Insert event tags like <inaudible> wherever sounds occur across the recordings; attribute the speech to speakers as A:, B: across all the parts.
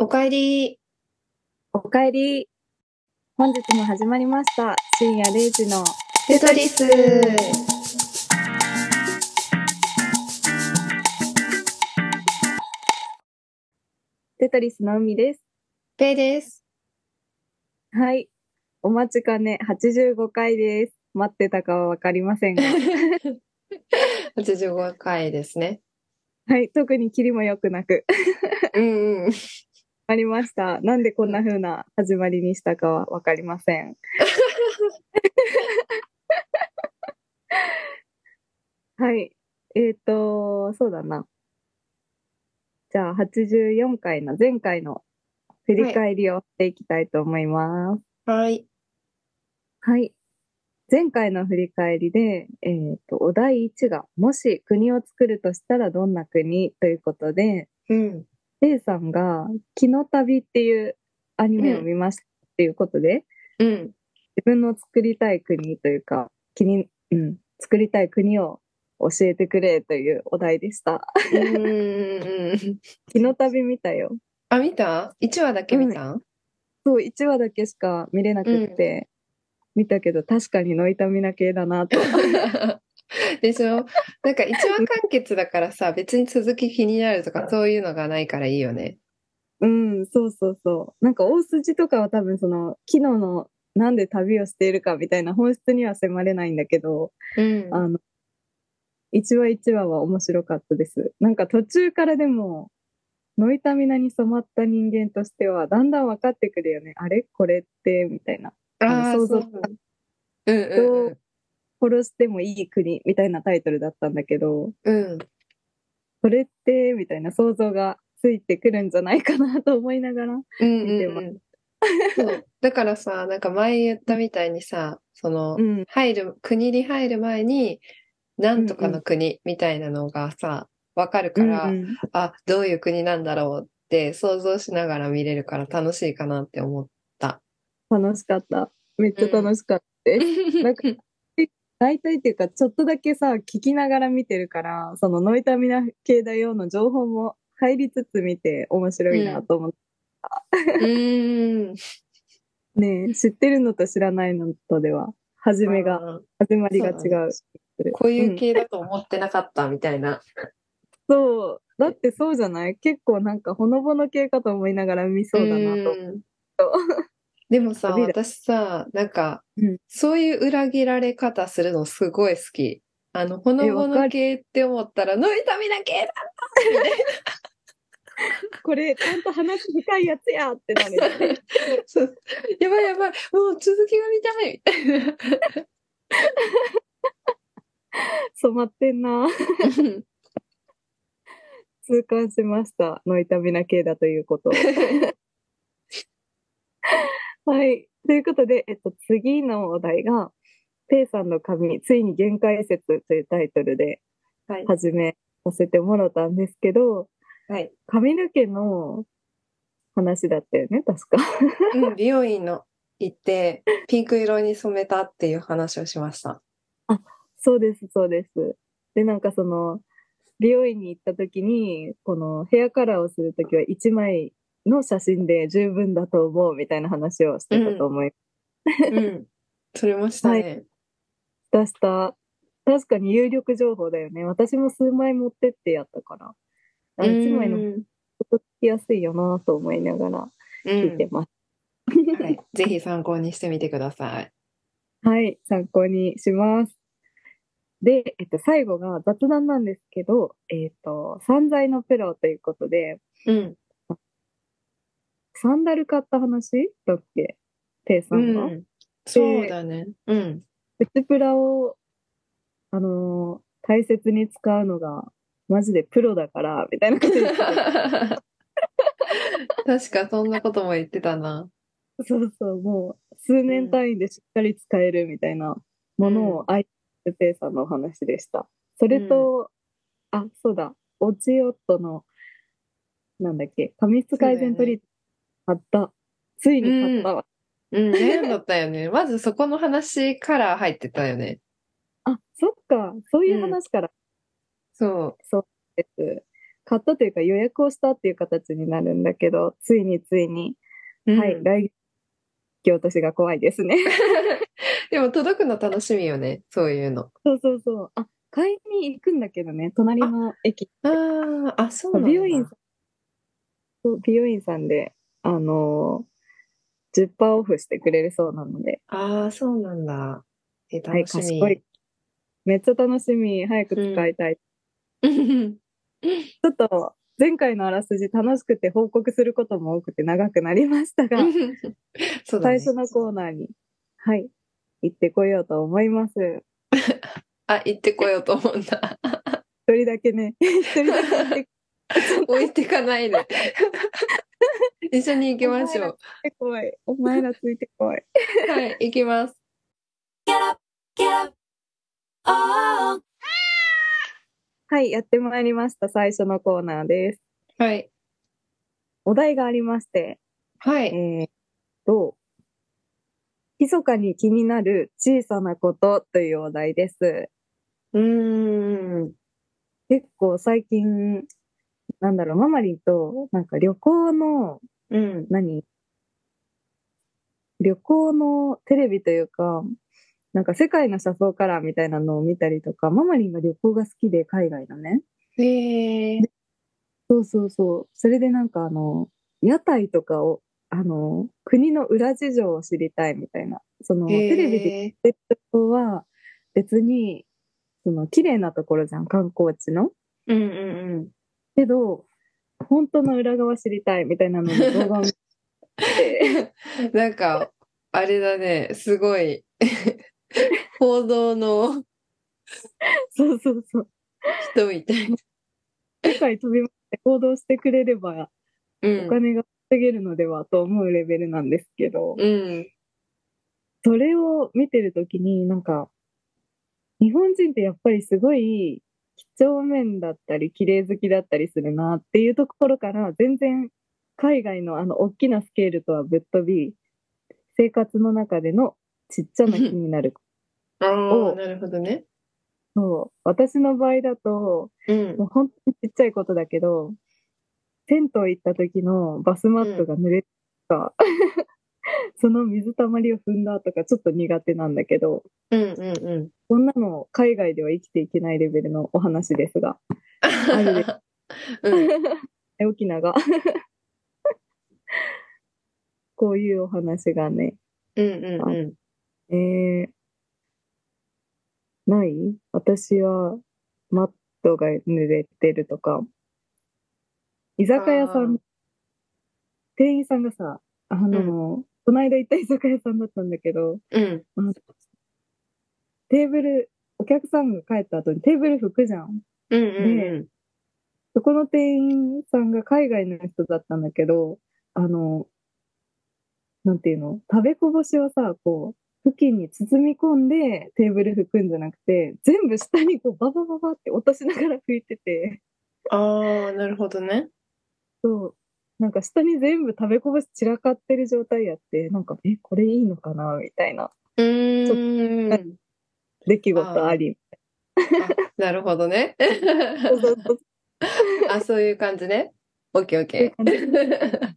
A: おかえり。
B: おかえり。本日も始まりました。深夜0時の。
A: テトリス。
B: テトリスの海です。
A: ペイです。
B: はい。お待ちかね、85回です。待ってたかはわかりませんが。
A: 85回ですね。
B: はい。特にキリも良くなく。
A: うんうん。
B: ありました。なんでこんな風な始まりにしたかはわかりま <laughs> せん。はい。えっ、と、そうだな。じゃあ、84回の前回の振り返りをしていきたいと思います。
A: はい。
B: はい。前回の振り返りで、えっ、と、お題1が、もし国を作るとしたらどんな国ということで、
A: うん。
B: レイさんが、キノ旅っていうアニメを見ましたっていうことで、
A: うん。
B: 自分の作りたい国というか、気に、うん、作りたい国を教えてくれというお題でした。
A: うんうんうん。
B: キノ旅見たよ。
A: あ、見た ?1 話だけ見た、
B: そう、1話だけしか見れなくって、見たけど、確かにノイタミナ系だなと。
A: でしょなんか1話完結だからさ、別に続き気になるとかそういうのがないからいいよね。
B: うん、そうそうそう。なんか大筋とかは多分その、昨日のなんで旅をしているかみたいな本質には迫れないんだけど、
A: うん
B: あの、一話一話は面白かったです。なんか途中からでも、ノイタミナに染まった人間としては、だんだん分かってくるよね。あれこれって、みたいな。
A: ああ、そ
B: 想
A: うそ
B: 像
A: う。うんうん
B: 殺してもいい国、みたいなタイトルだったんだけど、
A: うん。うん。
B: それって、みたいな想像がついてくるんじゃないかなと思いなが
A: う
B: ら。
A: ん
B: 見て
A: うん
B: ま
A: うん。そうだからさ、なんか前言ったみたいにさ、その、
B: うん、
A: 入る、国に入る前に、なんとかの国みたいなのがさ、わかるから、
B: うんうん
A: あ、どういう国なんだろうって想像しながら見れるから楽しいかなって思っ
B: 楽しかった。めっちゃ楽しかった。な
A: <laughs>
B: んか大体っていうか、ちょっとだけさ、聞きながら見てるから、そのノイタミナ系だよの情報も入りつつ見て面白いなと思って。
A: うーん。
B: ねえ知ってるのと知らないのとでは、始めが、
A: あー
B: 始まりが違
A: そうなん
B: う。
A: こういう
B: うん
A: 系だと思ってなかったみたいな。
B: そう。だってそうじゃない結構なんかほのぼの系かと思いながら見そうだなと。
A: ん <laughs> でもさ、
B: 旅だ
A: 私さ、なんか、
B: うん
A: そういう裏切られ方するのすごい好き。あの、ほのぼ
B: えわか
A: の
B: る
A: 系って思ったら、のいたみな系だ
B: これ、ちゃんと話深いやつやってなるよ
A: <laughs>
B: ね。
A: そうやばいやばい、もう続きが見たいみたいな。
B: 染まってんな。痛感しました。ノイタミナ系だということを。はい。ということで、えっと、次のお題が、ペイさんの髪、ついに限界説というタイトルで
A: <laughs> はい。
B: 始めさせてもらったんですけど、
A: はい。
B: 髪の毛の話だったよね、確か。 <laughs>
A: うん、美容院の行って、ピンク色に染めたっていう話をしました。
B: そうです、そうです。で、なんかその、美容院に行った時に、このヘアカラーをする時は1枚の写真で十分だと思うみたいな話をしてたと思います
A: うん。それましたね。
B: 出した、確かに有力情報だよね。私も数枚持ってってやったから。あ1枚の
A: う
B: 方が
A: ん
B: つきやすいよなと思いながら聞いてます。
A: うんはい。ぜひ参考にしてみてください。
B: <laughs> はい、参考にします。で、えっと、最後が雑談なんですけど、えっと、散財のプロということで、
A: うん。
B: サンダル買った話だっけペイさ
A: うん
B: が。
A: ん。そうだね。うん。 <laughs>
B: プチプラを、あのー大切に使うのが、マジでプロだから、みたいなこと言ってて
A: 確かそんなことも言ってたな。
B: そうそう、もう数年単位でしっかり使えるみたいなものを愛してペイさんのお話でした。それと、あ、そうだ、オチオットの、なんだっけ、髪質改善トリート買った、ついに買ったわ。
A: うん、悩んだったよね。まずそこの話から入ってたよね。
B: あ、そっか、そういう話から
A: そ
B: です。買ったというか予約をしたっていう形になるんだけど、ついについに、
A: うん
B: はい、来月、き落としが怖いですね。
A: <laughs> でも届くの楽しみよね、そういうの。
B: そうそうそう。あ、買いに行くんだけどね、隣の駅。
A: あーあ、そうなんだ。
B: 美容院さんそう美容院さんで、あのー、10%オフしてくれるそうなので、
A: ああ、そうなんだ。え、
B: はい、
A: 楽しみ。
B: 賢い。めっちゃ楽しみ。早く使いたい。ちょっと、前回のあらすじ楽しくて報告することも多くて長くなりましたが、
A: そうだ
B: 最
A: ね。
B: 初のコーナーに、はい、行ってこようと思います。
A: あ、行ってこようと思うんだ。
B: 一人だけね、一人だけ行って
A: 置いてかないで。一緒に行きましょう。
B: こい。お前らついてこい。
A: はい、行きます。
B: はい、やってまいりました。最初のコーナーです。
A: はい。
B: お題がありまして、
A: は
B: え
A: い。
B: ーっと、密かに気になる小さなことというお題です。
A: うーん。
B: 結構最近、なんだろう、ママリンと、なんか旅行の、
A: うん。
B: 何旅行のテレビというか、なんか世界の車窓からみたいなのを見たりとか、ママリンが旅行が好きで、海外のね。
A: えー。
B: そうそうそう。それでなんかあの、屋台とかを、あの、国の裏事情を知りたいみたいな。その、テレビ
A: え
B: で
A: ー
B: 言ってるとこは、別に、その、綺麗なところじゃん、観光地の。
A: うんうんうん。
B: けど、本当の裏側知りたいみたいなのの動画を見て、
A: <laughs> なんか、あれだね、すごい、 <laughs> 報道の
B: そうそうそう。
A: 人みたいな。
B: 世界飛び回って行動してくれれば、
A: う
B: お
A: ん。
B: 金が稼げるのではと思うレベルなんですけど。
A: うん。
B: それを見てるときに、なんか、日本人ってやっぱりすごい、几帳面だったり、綺麗好きだったりするなっていうところから、全然、海外のあの、大きなスケールとはぶっ飛び、生活の中でのちっちゃな気になるこ
A: ああ、
B: お
A: なるほどね。
B: と。そう私の場合だと、
A: うん
B: も。う本当にちっちゃいことだけど、銭湯行った時のバスマットが濡れたとか、 <laughs> その水たまりを踏んだとか、ちょっと苦手なんだけど、
A: うんうんうん。
B: そんなの海外では生きていけないレベルのお話ですが、るで
A: <laughs> うん、
B: 沖縄が。こういうお話がね、
A: うんうんうん。
B: えー、ない私はマットが濡れてるとか、居酒屋さ
A: あー
B: ん、店員さんがさ、あの、この間行った居酒屋さんだったんだけど、
A: うん。
B: テーブル、お客さんが帰った後にテーブル拭くじゃん。
A: うんうん
B: そこの店員さんが海外の人だったんだけど、あの、なんていうの、食べこぼしをさ、こう、布巾に包み込んでテーブル拭くんじゃなくて、全部下にこうババババって落としながら拭いてて、
A: うん。ああ、なるほどね。
B: そう、なんか下に全部食べこぼし散らかってる状態やって、なんか、え、これいいのかなみたいな
A: うーん。
B: 出来事あり。
A: あなるほどね。 <laughs>
B: そうそうそう
A: あ、そういう感じね。オッケーオッケー。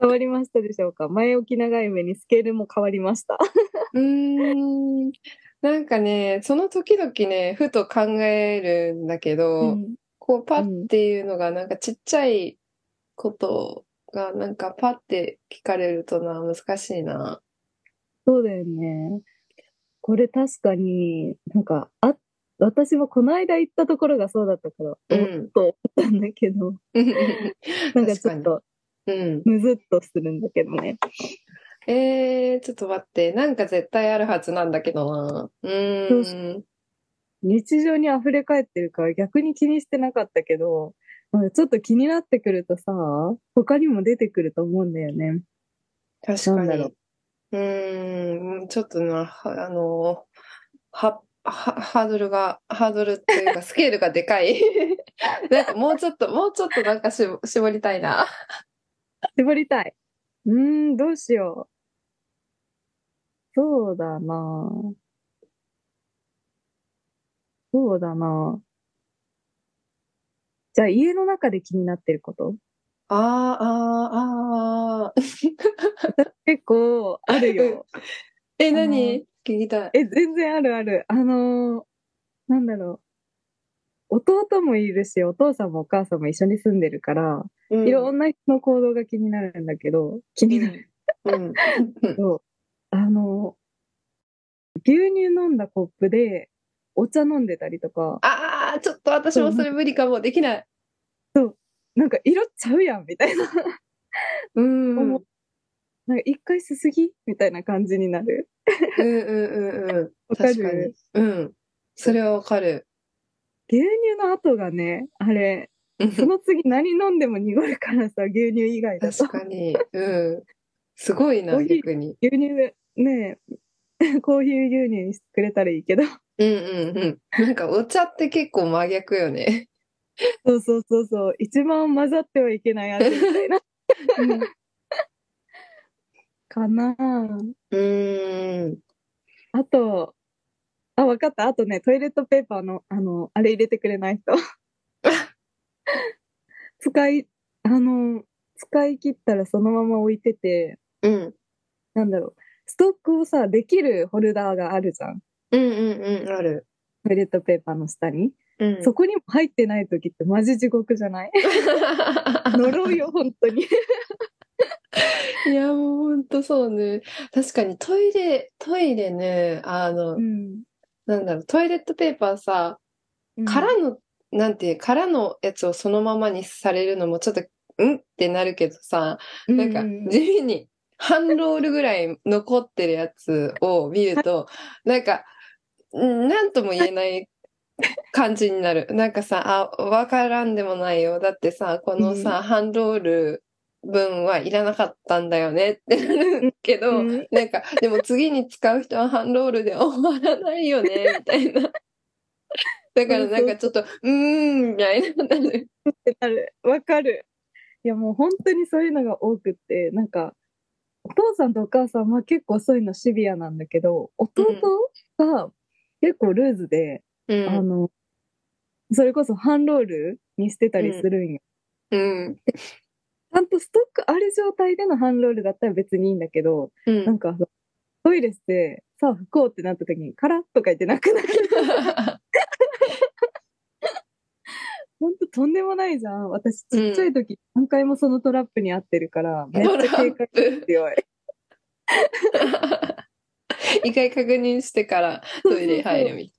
B: 変わりましたでしょうか前置き長い目にスケールも変わりました。
A: うーん。なんかね、その時々ね、ふと考えるんだけど、こうパッていうのがなんかちっちゃいことがなんかパッて聞かれるとな、難しいな。
B: そうだよね。これ確かに、なんか、あ、私もこの間行ったところがそうだったから、
A: う
B: おっ
A: ん。
B: と思ったんだけど、なんかちょっと
A: <laughs> うん。
B: ムズっとするんだけどね。
A: えー、ちょっと待って。なんか絶対あるはずなんだけどな。う
B: そう
A: ーん。
B: 日常に溢れ返ってるから逆に気にしてなかったけど、なんかちょっと気になってくるとさ、他にも出てくると思うんだよね。
A: 確か
B: なんだ
A: に。
B: ろ
A: うーん。ちょっとな、はあの、は、は、ハードルが、ハードルって
B: <laughs>
A: いうか、スケールがでかい。 <laughs> なんかもうちょっと、もうちょっとなんかしぼ絞りたいな。
B: 絞りたい。うーん、どうしよう。そうだなぁそうだなぁじゃあ家の中で気になってること
A: ああ、あーあー、
B: 結構あるよ。
A: え、
B: のー
A: 何聞きたい。
B: <laughs> え、全然あるある。あのーなんだろう。弟もいるし、お父さんもお母さんも一緒に住んでるから、
A: うん
B: いろんな人の行動が気になるんだけど、気になる
A: うん。
B: けど、あのー牛乳飲んだコップでお茶飲んでたりとか、
A: ああ、ちょっと私もそれ無理かも。できない。
B: なんか色ちゃうやんみたいな。
A: うん。うん
B: 思うなんか一回すすぎみたいな感じになる。
A: うんうんうん。
B: わかる
A: 確かに。うん。それはわかる。
B: 牛乳の後がね、あれ、その次何飲んでも濁るからさ、牛乳以外だと
A: 確。かに。うん。すごいな、
B: コーヒー
A: 逆に。
B: 牛乳ね <laughs> えコーヒー牛乳にしてくれたらいいけ
A: <laughs>
B: ど。
A: うんうんうん。なんかお茶って結構真逆よね。
B: そうそうそうそう。一番混ざってはいけない味みた
A: <laughs>
B: いな。かなあ
A: うーん。
B: あと、あ、わかった。あとね、トイレットペーパーの、あの、あれ入れてくれない
A: <laughs>
B: 人。使い、あの、使い切ったらそのまま置いてて、
A: うん。
B: なんだろう。ストックをさ、できるホルダーがあるじゃん。
A: うんうんうん。ある。
B: トイレットペーパーの下に。
A: うん。
B: そこにも入ってない時ってマジ地獄じゃない呪いよ、本当に。
A: <laughs> いや、もうほんとそうね。確かにトイレ、トイレね、あの、
B: ん。
A: なんだろう、トイレットペーパーさ、
B: い
A: 空の、なんていう、空のやつをそのままにされるのもちょっと、うんってなるけどさ、なんか地味に半ロールぐらい残ってるやつを見ると、なんか、うんなんとも言えない感じになる。なんかさ、あ、わからんでもないよ。だってさ、このさ、半ロール分はいらなかったんだよねってなるけど、
B: うん
A: なんか、でも次に使う人はハンロールで終わらないよね、みたいな。だからなんかちょっと、うーん、みたいな。
B: ってなる。わかる。いやもう本当にそういうのが多くって、なんか、お父さんとお母さんは結構そういうのシビアなんだけど、弟が結構ルーズで、
A: う
B: あ
A: ん。
B: の、それこそ半ロールにしてたりするんよ。
A: うん。
B: ちゃんとストックある状態での半ロールだったら別にいいんだけど、
A: う。
B: なんんか、トイレして、さあ、拭こうってなった時に、カラッとか言ってなくなる。 <laughs> ほんととんでもないじゃん。私、ちっちゃい時、何回もそのトラップに遭ってるから、めっちゃ警戒強い。
A: 一回確認してからトイレ入るみ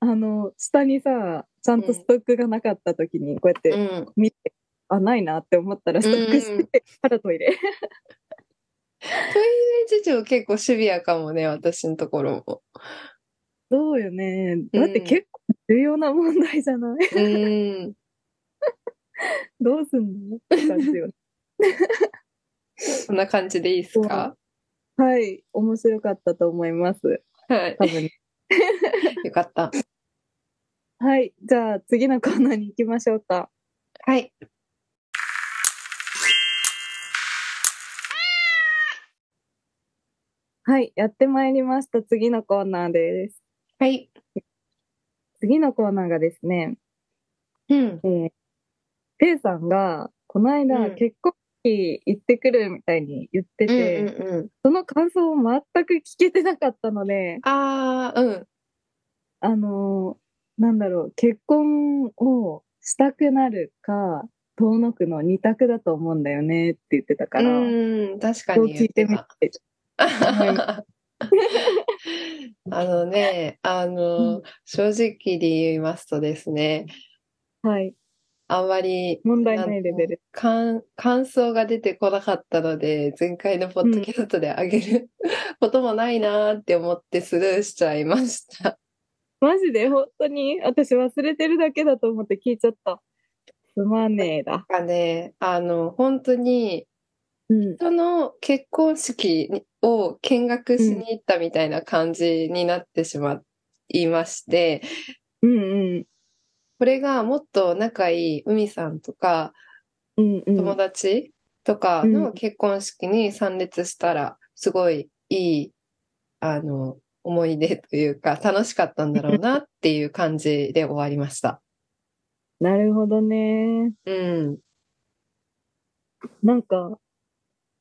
B: あの、下にさ、ちゃんとストックがなかった時に、こうやった
A: い
B: て
A: な。うん。
B: 見て、あ、ないなって思ったらストック
A: うん
B: し
A: う
B: て、からトイレ。
A: トイレ事情結構シビアかもね、私のところも。
B: そうよね。だって
A: うん
B: 結構重要な問題じゃない <laughs>
A: うん。
B: どうすんのって感じ
A: <laughs>
B: よ。
A: そんな感じでいいですか
B: はい。面白かったと思います。
A: はい
B: 多。分。
A: よかった。
B: はい。じゃあ、次のコーナーに行きましょうか。
A: はい。
B: はい。やってまいりました。次のコーナーです。
A: はい。
B: 次のコーナーがですね、
A: うん。
B: えー、ペイさんが、この間、
A: うん
B: 結婚式行ってくるみたいに言っ
A: う
B: て
A: ん
B: て、
A: うんうん。
B: その感想を全く聞けてなかったので、
A: ああ、うん。
B: あのーなんだろう、結婚をしたくなるか、遠のくの二択だと思うんだよねって言ってたから、
A: うん、確か
B: そう
A: に
B: 聞
A: 言っ
B: いて
A: て
B: み
A: た。
B: て。
A: <laughs> あのね、あの、
B: うん
A: 正直で言いますとですね、
B: はい。
A: あんまり
B: 問題ないレベル。
A: 感感想が出てこなかったので、前回のポッドキャストであげ
B: <laughs>
A: ることもないなーって思ってスルーしちゃいました。
B: マジで本当に私忘れてるだけだと思って聞いちゃった。すまねえだ。
A: がね、あの、本当に、
B: うん。
A: 人の結婚式にを見学しに行ったみたいな感じになってしまいまして、
B: うんうん。
A: これがもっと仲いい海さんとか
B: うんうん。
A: 友達とかの結婚式に参列したらすごいいい、あの思い出というか楽しかったんだろうなっていう感じで終わりました。
B: なるほどね。
A: うん。
B: なんか、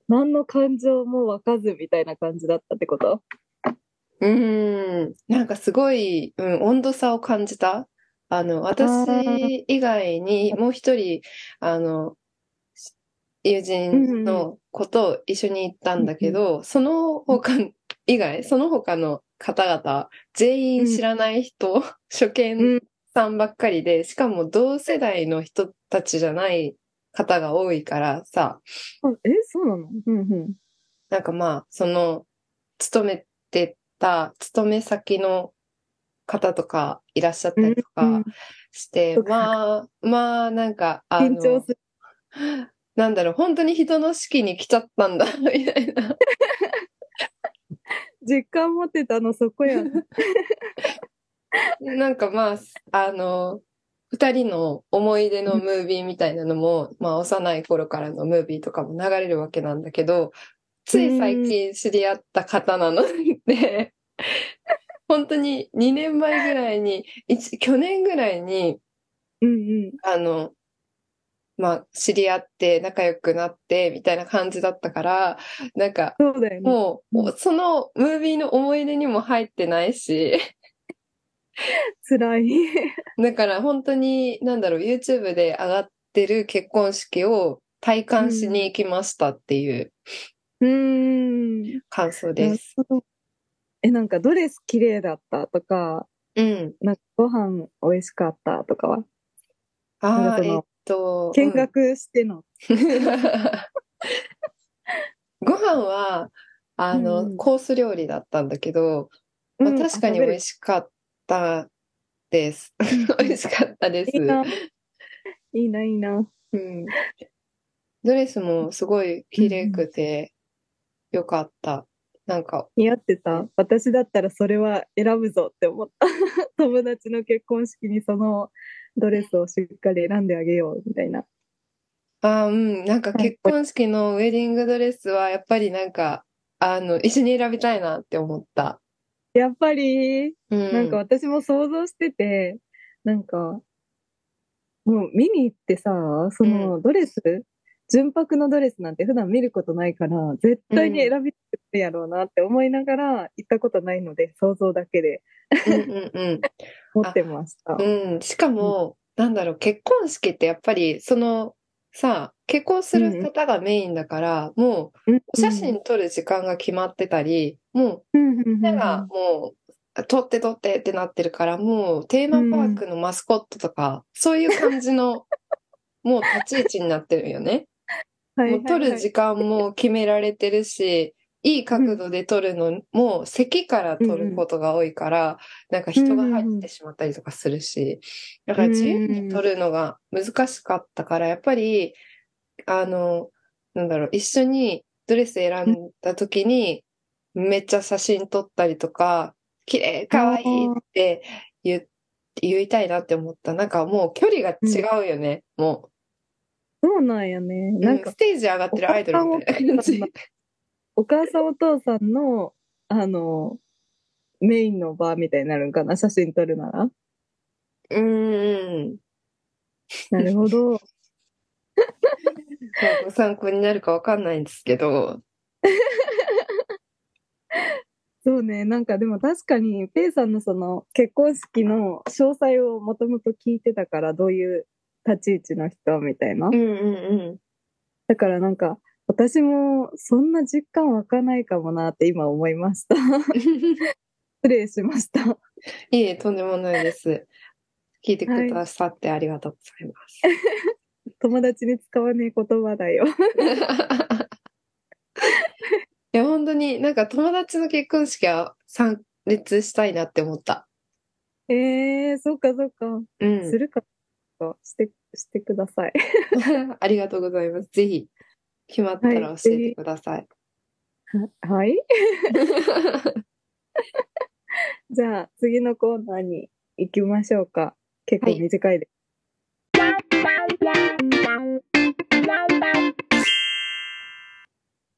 B: 何の感情も湧かずみたいな感じだったってこと
A: うん。なんかすごい、うん、温度差を感じた。あの、私以外にもう一人、あの、友人の子と一緒に行ったんだけど、その他以外、その他の方々、全員知らない人、初見さんばっかりで、しかも同世代の人たちじゃない方が多いからさ、
B: あえ、そうなのうんうん。
A: なんかまあ、その、勤めてた、勤め先の方とかいらっしゃったりと
B: うん
A: かして、
B: そっか
A: まあ、まあ、なんか、あ
B: 緊張
A: の
B: す、る。
A: なんだろう、本当に人の式に来ちゃったんだ、みたいな。
B: 実感持ってたのそ
A: <laughs>
B: こや。
A: なんかまあ、あの、二人の思い出のムービーみたいなのも、まあ、幼い頃からのムービーとかも流れるわけなんだけど、つい最近知り合った方なので、本当に2年前ぐらいに、一去年ぐらいに、
B: うんうん。
A: あの、まあ、知り合って仲良くなって、みたいな感じだったから、なんか、
B: そうだよね。
A: も
B: う
A: う、そのムービーの思い出にも入ってないし、
B: 辛い。
A: だから本当に、なんだろう、YouTube で上がってる結婚式を体感しに行きましたっていう
B: うーん。
A: 感想です。
B: なるほどえ、なんかドレス綺麗だったとか、
A: うん。
B: なんかご飯美味しかったとかは、
A: あ
B: な
A: あ、
B: るほど
A: えっと。
B: 見学しての。
A: <laughs> うん。ご飯は、あの、
B: うん
A: コース料理だったんだけど、まあ
B: うん
A: 確かに美味しかった
B: <laughs>
A: です。美味しかったです。
B: いいな。いいな、いいな。
A: うん。ドレスもすごい綺麗くて、よかった。なんか、
B: 似合ってた。私だったらそれは選ぶぞって思った。 <laughs> 友達の結婚式にそのドレスをしっかり選んであげようみたいな。
A: あーうん、なんか
B: はい
A: 結婚式のウェディングドレスはやっぱりなんか、あの、一緒に選びたいなって思った。
B: やっぱり、
A: うん。
B: なんか、私も想像してて、なんか、もう見に行ってさ、そのドレス、純白のドレスなんて普段見ることないから、絶対に選びたくるやろうなって思いながら行ったことないので、想像だけで
A: うんうん
B: 持ってました。
A: うん。うん。しかも、なんだろう、結婚式ってやっぱり、その、さ、結婚する方がメインだから、もう、
B: うん
A: お写真撮る時間が決まってたり、も
B: うんうんうん
A: う、みんながもう、撮って撮ってってなってるから、もう、テーマパークのマスコットとか、そういう感じの、もう立ち位置になってるよね。
B: はい
A: もう
B: はい
A: 撮
B: はい
A: る時間も決められてるし、いい角度で撮るのも、席から撮ることが多いから、なんか人が入ってしまったりとかするし、だから自由に撮るのが難しかったから、やっぱり、あの、なんだろう、一緒にドレス選んだ時に、めっちゃ写真撮ったりとか、綺麗、可愛いって言っ言いたいなって思った。なんかもう距離が違うよね、もう。
B: そうなんやね。
A: な
B: なんん
A: か
B: か
A: ス、テージ上がってるアイドルみたいな感じ。
B: お母さんお父さんの、あの、メインの場みたいになるんかな写真撮るな
A: <laughs>
B: ら。
A: うんうん。
B: なるほど。
A: まあご参考になるかわかんないんですけど。
B: そうね。なんかでも確かに、ペイさんのその結婚式の詳細をもともと聞いてたから、どういう立ち位置の人みたいな
A: う。んうん
B: だからなんか、私もそんな実感湧かないかもなって今思いました。 <laughs> 失
A: うん。
B: 礼しました。 <laughs>
A: いえ、とんでもないです。聞いてくださってありがとうございます。
B: 友達に使わねえ言葉だ
A: <laughs>
B: よ。
A: いや、本当になんか友達の結婚式は参列したいなって思った。
B: えー、そっかそっか。
A: う
B: す
A: ん。
B: るか、して、してください。
A: <laughs> ありがとうございます。ぜひ、決まったら教えてください。
B: はい。じゃあ、次のコーナーに行きましょうか。結構短いです。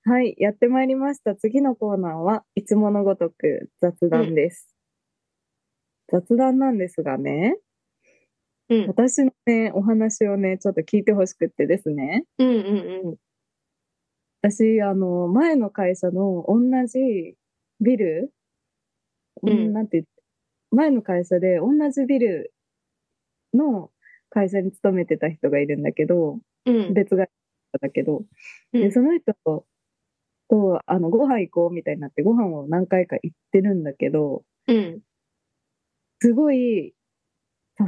B: はい、やってまいりました。次のコーナーはいつものごとく雑談です。雑談なんですがね、
A: <laughs> うん。
B: 私のね、お話をね、ちょっと聞いてほしくってですね。
A: うんうん
B: 私、あの、前の会社の同じビル、
A: うん
B: うんなんて言って、前の会社で同じビルの会社に勤めてた人がいるんだけど、
A: うん。うん。
B: 別会社だけど、
A: うん
B: で、その人と、とあの、ご飯行こうみたいになって、ご飯を何回か行ってるんだけど、
A: うん。
B: すごい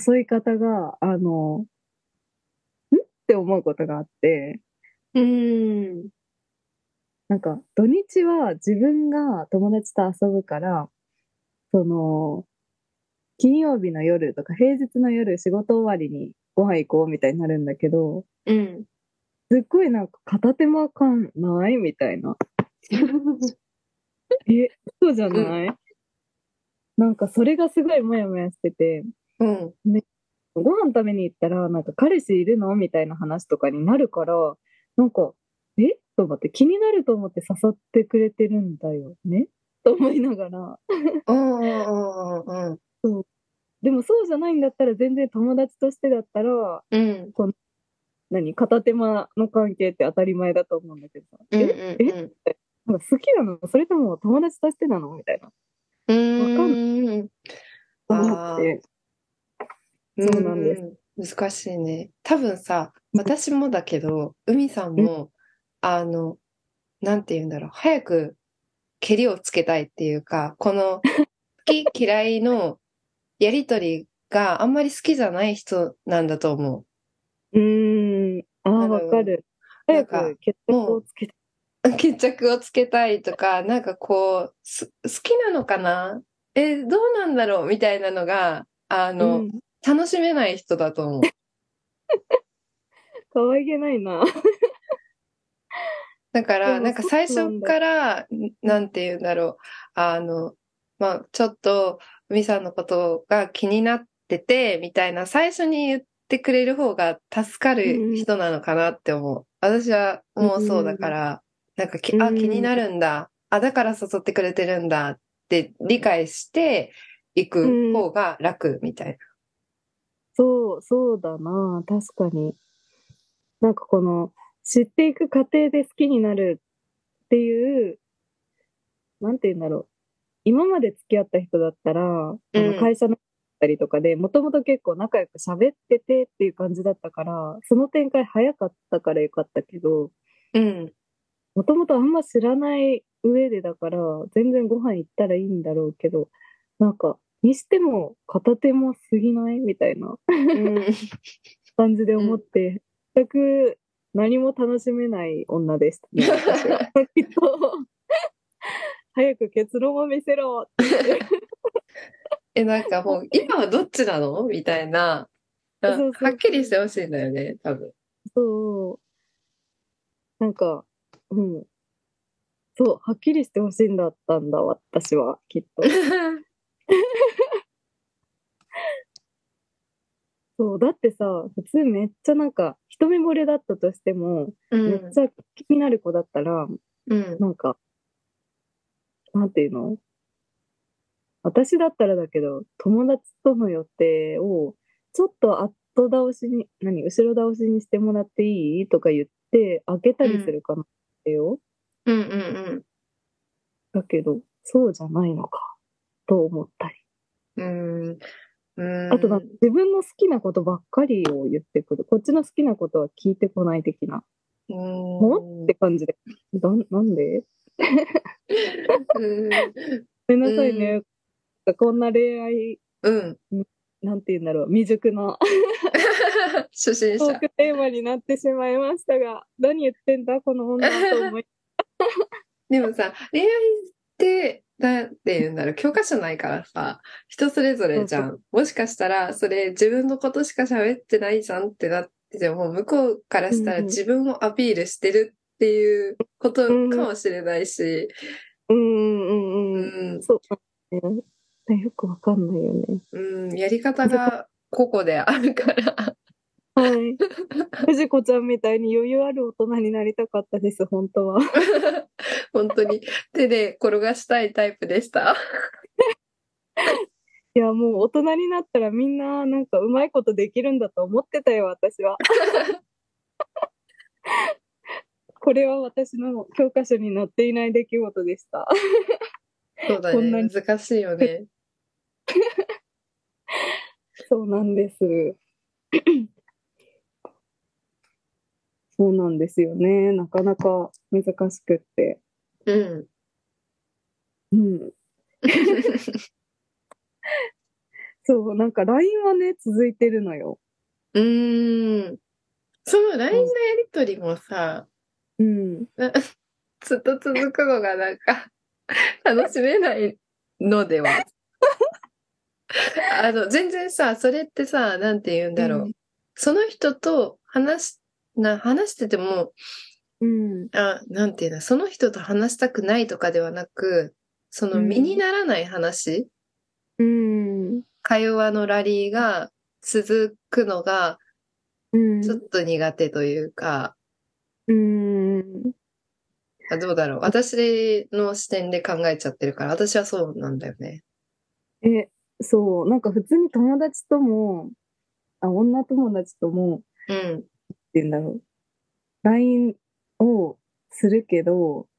B: 誘い方が、あの、んって思うことがあって、
A: うん。
B: なんか土日は自分が友達と遊ぶから、その、金曜日の夜とか平日の夜仕事終わりにご飯行こうみたいになるんだけど、
A: うん。
B: すっごいなんか片手間感ないみたいな。え、そうじゃない、なんかそれがすごいモヤモヤしてて、
A: うん。
B: ご飯食べに行ったら、なんか彼氏いるのみたいな話とかになるから、なんか、えと思って気になると思って誘ってくれてるんだよねと思いながら。
A: うんうんうん
B: でもそうじゃないんだったら全然友達としてだったら、
A: うん。うん。
B: 何片手間の関係って当たり前だと思うんだけどさ。
A: うん
B: え
A: うん
B: なんか好きなのそれとも友達としてなのみたいな。
A: うん。
B: わか
A: うん。
B: 思って。そうなんです
A: す。難しいね。多分さ、私もだけど、海さんも、あの、なんて言うんだろう、早く、けりをつけたいっていうか、この、好き嫌いのやりとりがあんまり好きじゃない人なんだと思
B: うーん。あ
A: なる
B: あ、
A: ほど
B: わかる。
A: なん
B: 早
A: か
B: く決着をつけて。
A: う。 <laughs> 決着をつけたいとか、なんかこう、す好きなのかなえ、どうなんだろうみたいなのが、あの、
B: うん
A: 楽しめない人だと思う。
B: 可愛げないな。
A: だか
B: で
A: ら、
B: も
A: なんか
B: そう
A: 最
B: なん
A: 初
B: だ
A: から、んなんて言うんだろう。あの、まあ、ちょっと、海さんのことが気になってて、みたいな、最初に言ってくれる方が助か
B: うんう
A: る
B: ん
A: 人なのかなって思う。私はもうそうだから、なんかき、あ、
B: うん
A: 気になるんだ。あ、だから誘ってくれてるんだって理解していく方が楽みたい
B: そう、そうだな。確かに。なんかこの、知っていく過程で好きになるっていう、なんて言うんだろう。今まで付き合った人だったら、あ
A: うん
B: の会社のたりとかで、もともと結構仲良く喋っててっていう感じだったから、その展開早かったからよかったけど、
A: な。うん。
B: もともとあんま知らない上でだから、全然ご飯行ったらいいんだろうけど、なんか、にしても片手も過ぎないみたいな。
A: うん
B: 感じで思って、全く何も楽しめない女でした
A: <laughs>
B: ね、私は。きっと、早く結論を見せろって言って。
A: <laughs> え、なんかもう、今はどっちなのみたいな、あ
B: そうそうそう
A: はっきりしてほしいんだよね、多分。
B: そう。なんか、うん。そう、はっきりしてほしいんだったんだ、私は、きっと。そう、だってさ、普通めっちゃなんか、一目惚れだったとしても、
A: う
B: めっ
A: ん。
B: ちゃ気になる子だったら、
A: うん。
B: なんか、なんていうの私だったらだけど、友達との予定を、ちょっと後倒しに、何、後ろ倒しにしてもらっていいとか言って、開けたりするかなってよ。
A: うんうんうん。
B: だけど、そうじゃないのか、と思ったり。
A: うん。うん。
B: あとなんか、自分の好きなことばっかりを言ってくる。こっちの好きなことは聞いてこない的な。
A: うん。
B: もって感じで。なんなんで
A: うん
B: ごめんなさいね。こんな恋愛、
A: うん。
B: なんて言うんだろう、未熟な
A: 初心
B: トー
A: 者。
B: クテーマになってしまいましたが、何言ってんだこの女と思い。
A: でもさ、恋愛って、なんて言うんだろう、教科書ないからさ、人それぞれじゃ
B: そ
A: ん。もしかしたら、それ自分のことしか喋ってないじゃんってなってても、向こうからした
B: うん
A: ら
B: うん
A: 自分をアピールしてるっていうことか
B: うん
A: もしれないし、
B: <laughs> うんうん
A: う
B: うんうん。
A: ん、
B: そうなんだね。よくわかんないよね。
A: うん、やり方が個々であるから。
B: はい。藤子ちゃんみたいに余裕ある大人になりたかったです、本当は。
A: 本当に手で転がしたいタイプでした。
B: いや、もう大人になったらみんななんかうまいことできるんだと思ってたよ、私 <laughs> は。これは私の教科書に載っていない出来事でした。
A: そうだ
B: こんな
A: ね。
B: に
A: 難しいよね。
B: <laughs> そうなんです。 <coughs> そうなんですよね。なかなか難しくって。
A: <laughs> うん。
B: うん。そう、なんか LINE はね、続いてるのよ。
A: うーん。その LINE のやりとりもさ、
B: うん。
A: ずっと続くのがなんか、楽しめないのでは。 <laughs> あの、全然さ、それってさ、なんて言うんだろう。
B: うん
A: その人と話し、な、話してても、
B: うん。
A: あ、なんていうんだ、その人と話したくないとかではなく、その
B: うん
A: 身にならない話、
B: うん。
A: 会話のラリーが続くのが、
B: うん
A: ちょっと苦手というか、
B: うん。
A: あどうだろう。私の視点で考えちゃってるから、私はそうなんだよね。
B: え、そう、なんか普通に友達とも、あ、女友達とも、っ
A: うん。
B: て言うんだろう。LINE をするけど、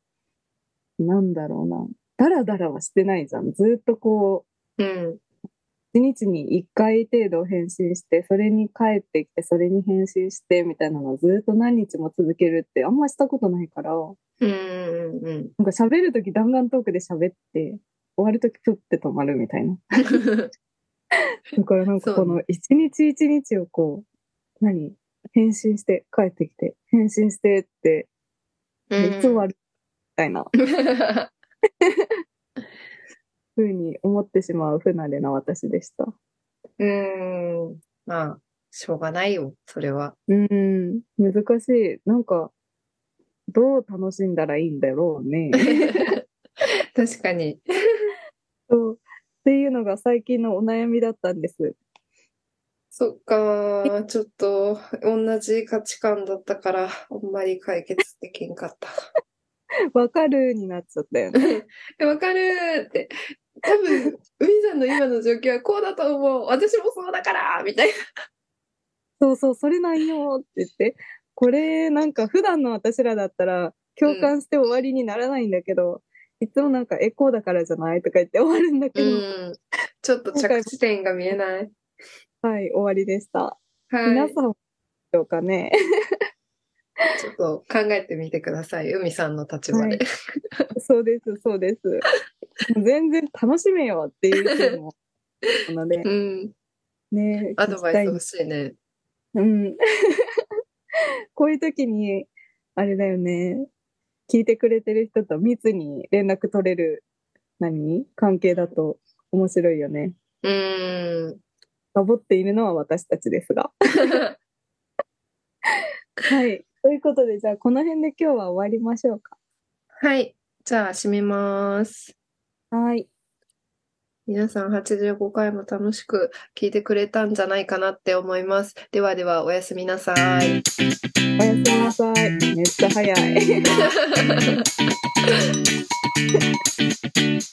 B: なんだろうな。ダラダラはしてないじゃん。ずっとこう、
A: うん。
B: 一日に1回程度返信して、それに帰ってきて、それに返信して、みたいなのをずっと何日も続けるってあんましたことないから、な
A: うんうんうん
B: んか喋るとき弾丸トークで喋って、終わるときプッて止まるみたいな。
A: うん。
B: だからなんか
A: そう
B: こ
A: ね
B: の一日一日をこう、何返信して、帰ってきて、返信してって、いつ終わるみたいな風に思ってしまう不慣れな私でした。
A: うん。うん。まあ、しょうがないよ、それは。
B: うん、難しい。なんか、どう楽しんだらいいんだろうね。
A: 確かに。
B: そう。っていうのが最近のお悩みだったんです。
A: そっか、ちょっと、同じ価値観だったから、あんまり解決できんかった。
B: わかるになっちゃったよね。
A: えわかるーって。多分、海さんの今の状況はこうだと思う。私もそうだからみたいな。
B: そうそう、それなんよって言って。これ、なんか普段の私らだったら共感して終わりにならないんだけど、いつもなんかエコーだからじゃないとか言って終 <laughs> わるんだけど、
A: ん。ちょっと着地点が見えない。
B: はい、終わりでした。
A: は
B: 皆
A: い
B: さ。んはどうかね。
A: ちょっと考えてみてください。海さんの立場で。
B: そうです、そうです。もう全然楽しめよっていう人も、な
A: <laughs>
B: ので、
A: うん。
B: ね、
A: アドバイス
B: 聞
A: 欲
B: き
A: しいね。
B: たいうん。 <laughs> こういう時に、あれだよね、聞いてくれてる人と密に連絡取れる、何関係だと面白いよね。
A: うーん。
B: サボっているのは私たちですが。はい。ということで、じゃあこの辺で今日は終わりましょうか。
A: はい。じゃあ、締めます。
B: はい。
A: 皆さん85回も楽しく聞いてくれたんじゃないかなって思います。ではでは、おやすみなさい。
B: おやすみなさい。めっちゃ早い。